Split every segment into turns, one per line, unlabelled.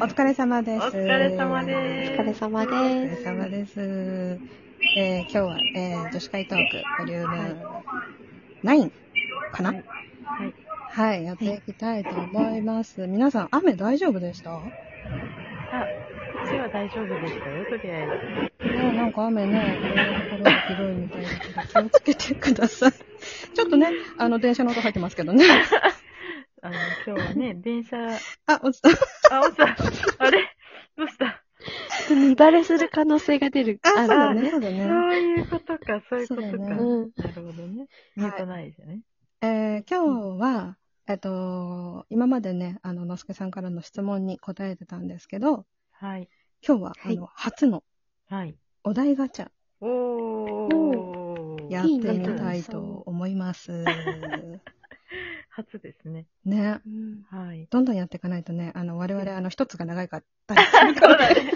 お疲れ様です。
お疲れ様です。
お疲れ様です。
疲れ
お
様です。えー、今日は、えー、女子会トーク、ボリューム9かな、はい、はいはい、やっていきたいと思います。はい、皆さん、雨大丈夫でしたあ、こ
っちは大丈夫でしたよ、とりあえ
ず。ねなんか雨ね、これがひどいみたいだけど、気をつけてくだ さい。ちょっとね、あの、電車の音入ってますけど ね。
あの、今日は ね、電車。
あ、落ちた。
あ、落ち た。あれどうした
乱れする可能性が出る。
あ、そうだね、そうだね。
そういうことか、そういうことか。ね、なるほどね。ミュートないですね。
えー、今日は、えっと、今までね、あの、のすけさんからの質問に答えてたんですけど、
はい。
今日は、あの、初の、
はい。
お題ガチャ。
おー。
やってみたいと思います。
初ですね。
ね。
はい。
どんどんやっていかないとね、あの、我々、あの、一つが長いから、
そうだね。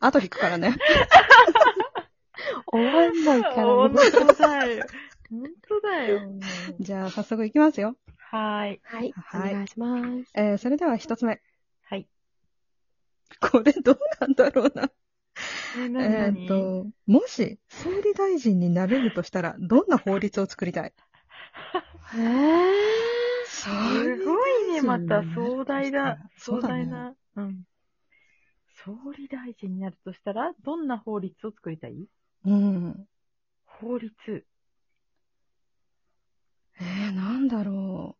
あと引くからね。
終わんないか
ね。
ら
本当だ よ。本当だよ。
じゃあ、早速いきますよ。
はい。
はい。お願いします。
えー、それでは一つ目。
はい。
これどうなんだろうな。
え
っと、もし、総理大臣になれるとしたら、どんな法律を作りたい
へえ。
すごいね、また壮大だ。壮大な。うん。総理大臣になるとしたら、どんな法律を作りたい
うん。
法律。
えー、なんだろう。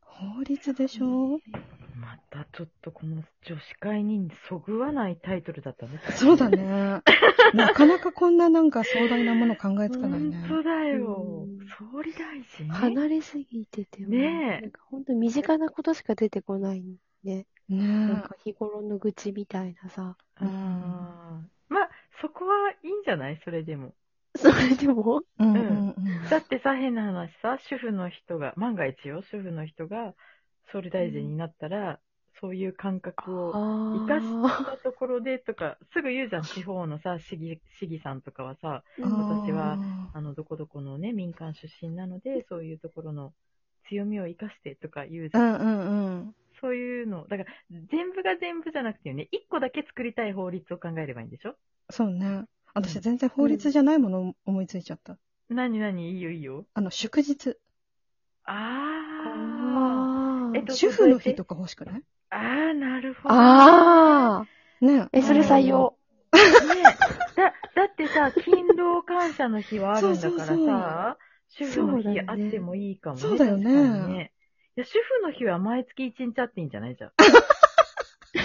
法律でしょ
またちょっとこの女子会にそぐわないタイトルだったね。
そうだ ね。なかなかこんななんか壮大なもの考えつかないね。
本当だよ。総理大臣
離れすぎてても、
ね
なんか本当身近なことしか出てこないね。
ね
なんか日頃の愚痴みたいなさ。
うん、あまあ、そこはいいんじゃないそれでも。
それでも、
うん、うん、
だってさ、変な話さ、主婦の人が、万が一よ、主婦の人が総理大臣になったら、うん、そういう感覚を生かしたところでとか、すぐ言うじゃん、地方のさ、市議市議さんとかはさ、私はあのどこどこの、ね、民間出身なので、そういうところの強みを生かしてとか言うじゃ
う
ん。
んうんうん
そういうの、だから全部が全部じゃなくてね、一個だけ作りたい法律を考えればいいんでしょ
そうね。私全然法律じゃないものを思いついちゃった。
なになにいいよいいよ。
あの、祝日。
あ
あ。えっと、主婦の日とか欲しくない
ああ、なるほど。
あ
あ。ね
え。え、それ採用。
ねだ、 だってさ、勤労感謝の日はあるんだからさ、主婦の日あってもいいかもね。
そうだよね。
いや、主婦の日は毎月一日あっていいんじゃないじゃん。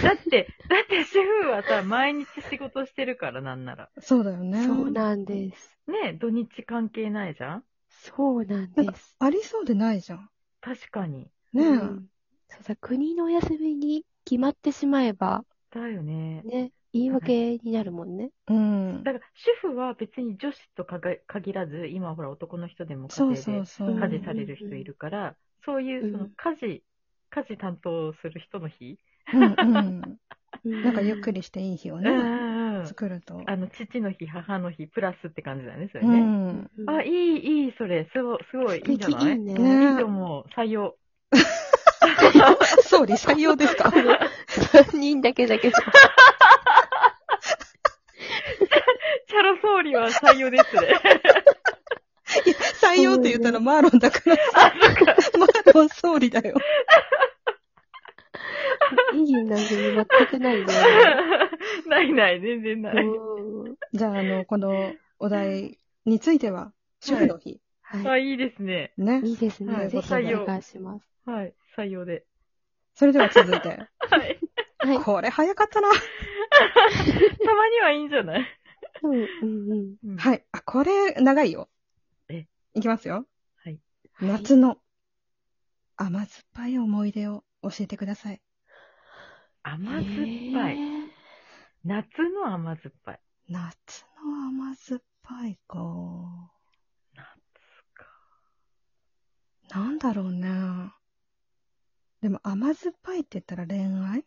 だって、だって主婦はさ、毎日仕事してるから、なんなら。
そうだよね。
そうなんです。
ね土日関係ないじゃん
そうなんです。。
ありそうでないじゃん。
確かに。
ねえ、うん
そうさ、国のお休みに決まってしまえば。
だよね。
ね。言い訳になるもんね。
うん。
だから、主婦は別に女子とかが限らず、今ほら男の人でも家庭で家事される人いるから、そういうその家事、うん、家事担当する人の日
うんうん。なんかゆっくりしていい日をね、
うんうん、
作ると。
あの、父の日、母の日、プラスって感じだね、それね。うん、あ、いい、いい、それ、すごすごい、いいんじゃない
いいね。
いいと思う、採用。
総理採用ですか
?3 人だけだけど。
チャロ総理は採用ですね。
いや、採用って言ったらマーロンだから。
あ、そっか。
マーロン総理だよ。
いいなんて全くないね。
ないない、全然ない。
じゃあ、あの、このお題については、主婦の日。
はい。あ、いいですね。
ね。
いいですね。ぜひお願いします。
はい、採用で。。
それでは続いて。はいこれ早かったな。
たまにはいいんじゃない
うんうんうん。
はい。あ、これ、長いよ。
え。
いきますよ。
はい。
夏の甘酸っぱい思い出を教えてください。
甘酸っぱい。夏の甘酸っぱい。
夏の甘酸っぱいか。
夏
か。なんだろうね。でも甘酸っぱいって言ったら恋愛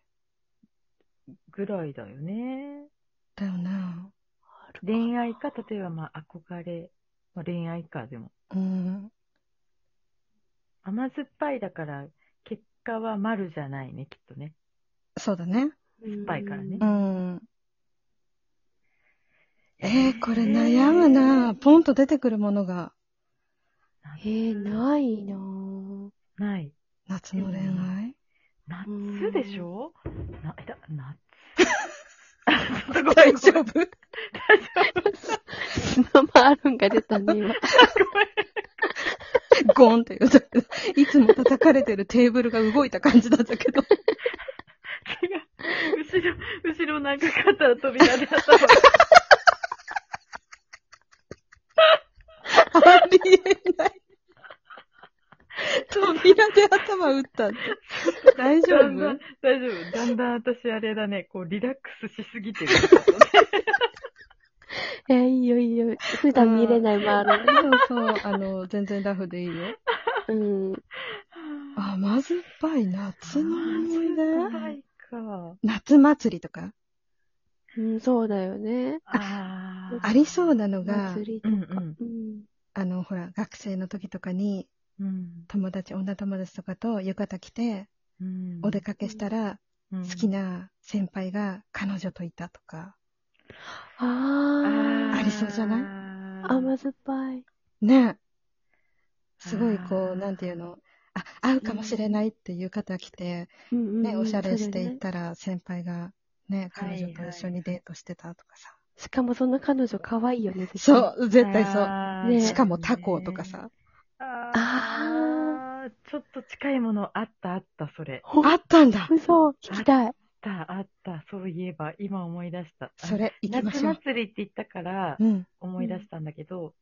ぐらいだよね。
だよね。
恋愛か、例えばまあ憧れ。まあ、恋愛か、でも。
うん。
甘酸っぱいだから、結果は丸じゃないね、きっとね。
そうだね。
酸っぱいからね
う。ん。えー、これ悩むなポンと出てくるものが、
えー、ないな ぁ。
ない。
夏の恋愛。
夏でしょな、えだ、夏
大丈夫
砂マーロンが出たね、今。
ゴンって言うと、いつも叩かれてるテーブルが動いた感じだったけど。
後ろ、後ろなんかかったら扉で頭が。
ありえない。扉で頭打ったって。大丈
だんだ
夫
ん、大丈夫。だんだん私あれだね、こうリラックスしすぎてる。
えー、いいよいいよ。普段見れないマーロン。
そうそう、あの、全然ラフでいいよ。
うん。
甘酸っぱい夏の思い
あー
出
酸っぱいか。
夏祭りとか
うん、そうだよね。
あー
ありそうなのが、
祭り
う
と
ん
か。うん。
あの、ほら、学生の時とかに、
うん。うん
友達、女友達とかと浴衣着て、
うん
お出かけしたら、
好
好きな先輩が彼女といたとか。
あー
ありそうじゃない
甘酸っぱい。
ねすごいこ
あー
う、なんていうの、あ、合うかもしれないっていう方来て、
うんうんうん
ね、おしゃれしてい
そうだ
っ
ね
たら先輩がね、
はい
彼女と一緒にデートしてたとかさ。
しかもその彼女可愛いよね、絶対
そう、絶対そう。
う
ね
しかも他校とか。さ。
あーちょっと近いものあったあった、それ。あっ
ほん
あったんだ
嘘、聞きたい。
たあった、そういえば、今思い出した。
それ、行きま
夏
しょう。
祭りって言ったから
う、ん。
思い出したんだけど、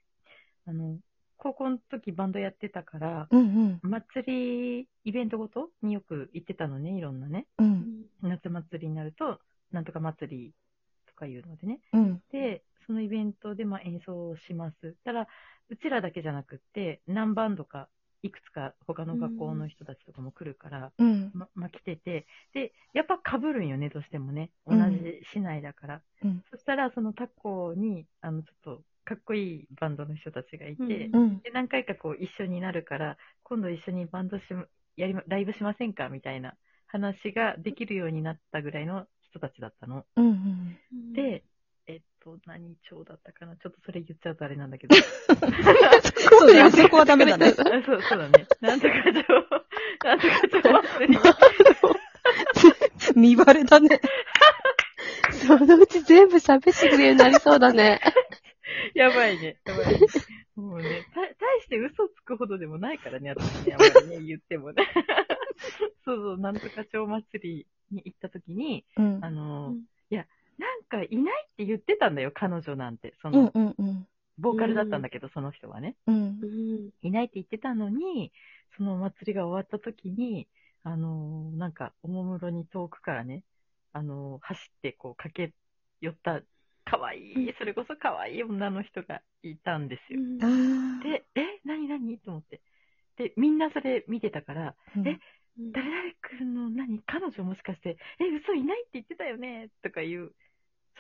あの、高校の時バンドやってたから、
うん
祭り、イベントごとによく行ってたのね、いろんなね。
うん。うん。
夏祭りになると、なんとか祭りとかいうのでね。
うん。
で、そのイベントでまあ演奏をします。ただ、うちらだけじゃなくって、何バンドか、いくつか他の学校の人たちとかも来るから、
うん。
ままあ来てて、で、やっぱ被るんよね、どうしてもね。同
う
じ
ん
市内だから。
うん
そしたら、その他校に、あの、ちょっと、かっこいいバンドの人たちがいて、
うん
うん。
で、何回かこう一緒になるから、今度一緒にバンドし、やりま、ライブしませんかみたいな話ができるようになったぐらいの人たちだったの。
うん。
で、えっと、何町だったかなちょっとそれ言っちゃうとあれなんだ けど。
そうだよ、そこはダメだね。
あそう、そうだね。なんとか町、なんとか町祭り。
見バレだね。
そのうち全部喋ってくれるようになりそうだね。
やばいね。やばいね。もうね、た、大して嘘つくほどでもないからね、私ね、あんまりね、言ってもね。 そうそう、なんとか町祭りに行った時に、
うん
あの、
うん
いや、なんかいないって言ってたんだよ、彼女なんて。そ
うん
の、
うんうん。
ボーカルだったんだけど、その人はね。
うん
う。ん。
いないって言ってたのに、そのお祭りが終わった時に、あのーなんか、おもむろに遠くからね、あのー走ってこう駆け寄った、可愛い、それこそ可愛い女の人がいたんですよ。
あー
で、え、なになにと思って。で、みんなそれ見てたから、
うん
え誰々くんの何彼女もしかして、え、嘘いないって言ってたよねとかいう、ち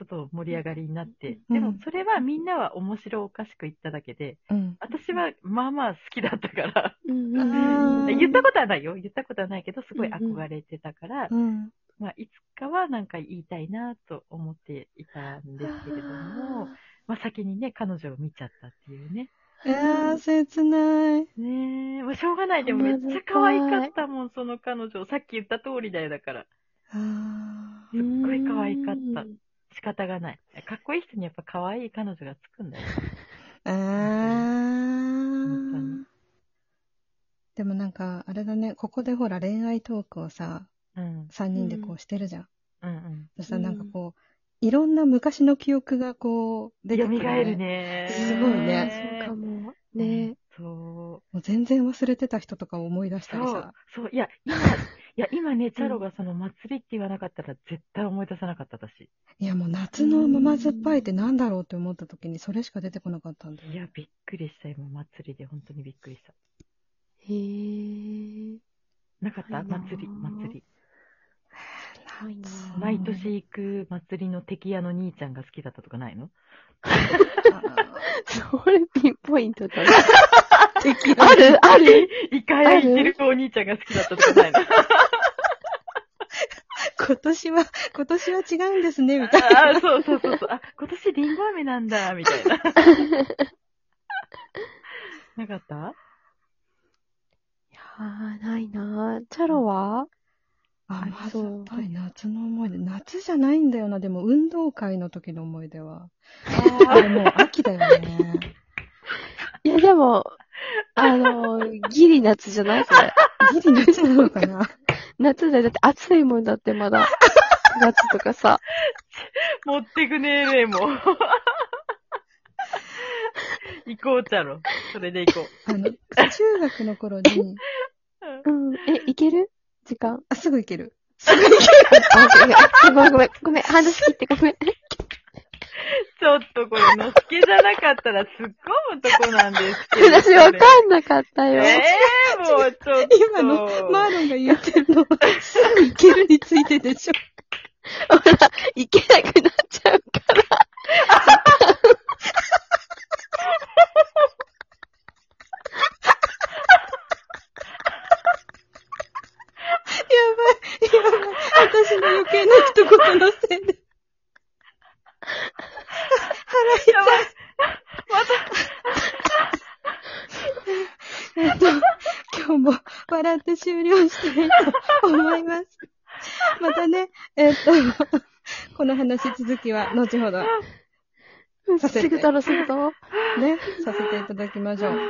ょっと盛り上がりになって。
うん
でも、それはみんなは面白おかしく言っただけで、
うん。
私はまあまあ好きだったから、
うん
あー
言ったことはないよ。言ったことはないけど、すごい憧れてたから、
うん。
まあ、いつかはなんか言いたいなと思っていたんですけれども、まあ、先にね、彼女を見ちゃったっていうね。
いやー、切ない。
ねえ、もうしょうがない。でもめっちゃ可愛かったもん、その彼女。さっき言った通りだよ、だから。
あ
すっごい可愛かった。仕方がない。かっこいい人にやっぱ可愛い彼女がつくんだよ。
ー。あー
本当に。
でもなんか、あれだね、ここでほら恋愛トークをさ、
うん。
3人でこうしてるじゃん。
うん
そしたらなんかこう、いろんな昔の記憶がこう、
う
出
ん。
て
蘇
くる、
る。ね。
すごい
そ
ね
うかも。
うん
ね。
そう。
もう全然忘れてた人とかを思い出したり
そう
さ。、
そう、いや、今、いや、今ね、チャロがその祭りって言わなかったら絶対思い出さなかった、私。
いやもう夏の甘酸っぱいってなんだろうって思った時にそれしか出てこなか ったんだよ
い
ね。
や、びっくりした、今、祭りで、本当にびっくりした。
へえ。
なかった
いいなぁ
祭り、祭り。
ないな
そう
毎年行く祭りの敵屋の兄ちゃんが好きだったとかないの
あー
それピンポイントだね。
敵
あるある
イカ焼いてるお兄ちゃんが好きだったとかないの
今年は、今年は違うんですね、みたいな。
ああ、そうそうそうそう。あ、今年リンゴ飴なんだ、みたい な。なか った
いやー、ないなー。チャロは
あ
あ、り
まず
そう
っぱい夏の思い出。夏じゃないんだよな、でも運動会の時の思い出は。
あ
あれもう秋だよね。
いや、でも、あのー、ギリ夏じゃないそれ。
ギリ夏なのかな
夏だよ。だって暑いもんだってまだ。夏とかさ。
持ってくねえねもう。 行こうちゃろ。それで行こう。
あの、中学の頃に、
うん。え、いける時間。
あ、すぐ行ける。
あ、ごめんごめん。ごめん。話切ってごめん。
ちょっとこれ、のすけじゃなかったら突っ込むとこなんですけど。
私わかんなかったよ。
ええもうちょっと。
今の、マーロンが言ってるのは、すぐ行けるについてでしょ。
ほら、いけなくなっちゃうから。
やばい、やばい。私の余計な一言のせいで。
やばい。
えっと、今日も笑って終了したいと思います。またね、えっと、この話続きは後ほどね、
うん
させて
すぐ取ろう、すぐ取ろう。
させていただきましょう。いや
あ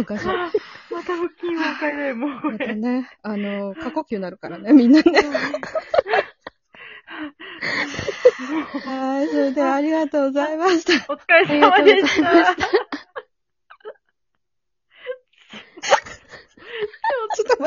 ー、ガシャ。
ー また腹筋分かる、もうこ
また
れ。
ね、あの、過呼吸になるからね、みんな ね。はい、それではありがとうございま した。
お疲れ様でした。
ありがとうございま
ちょっと待って。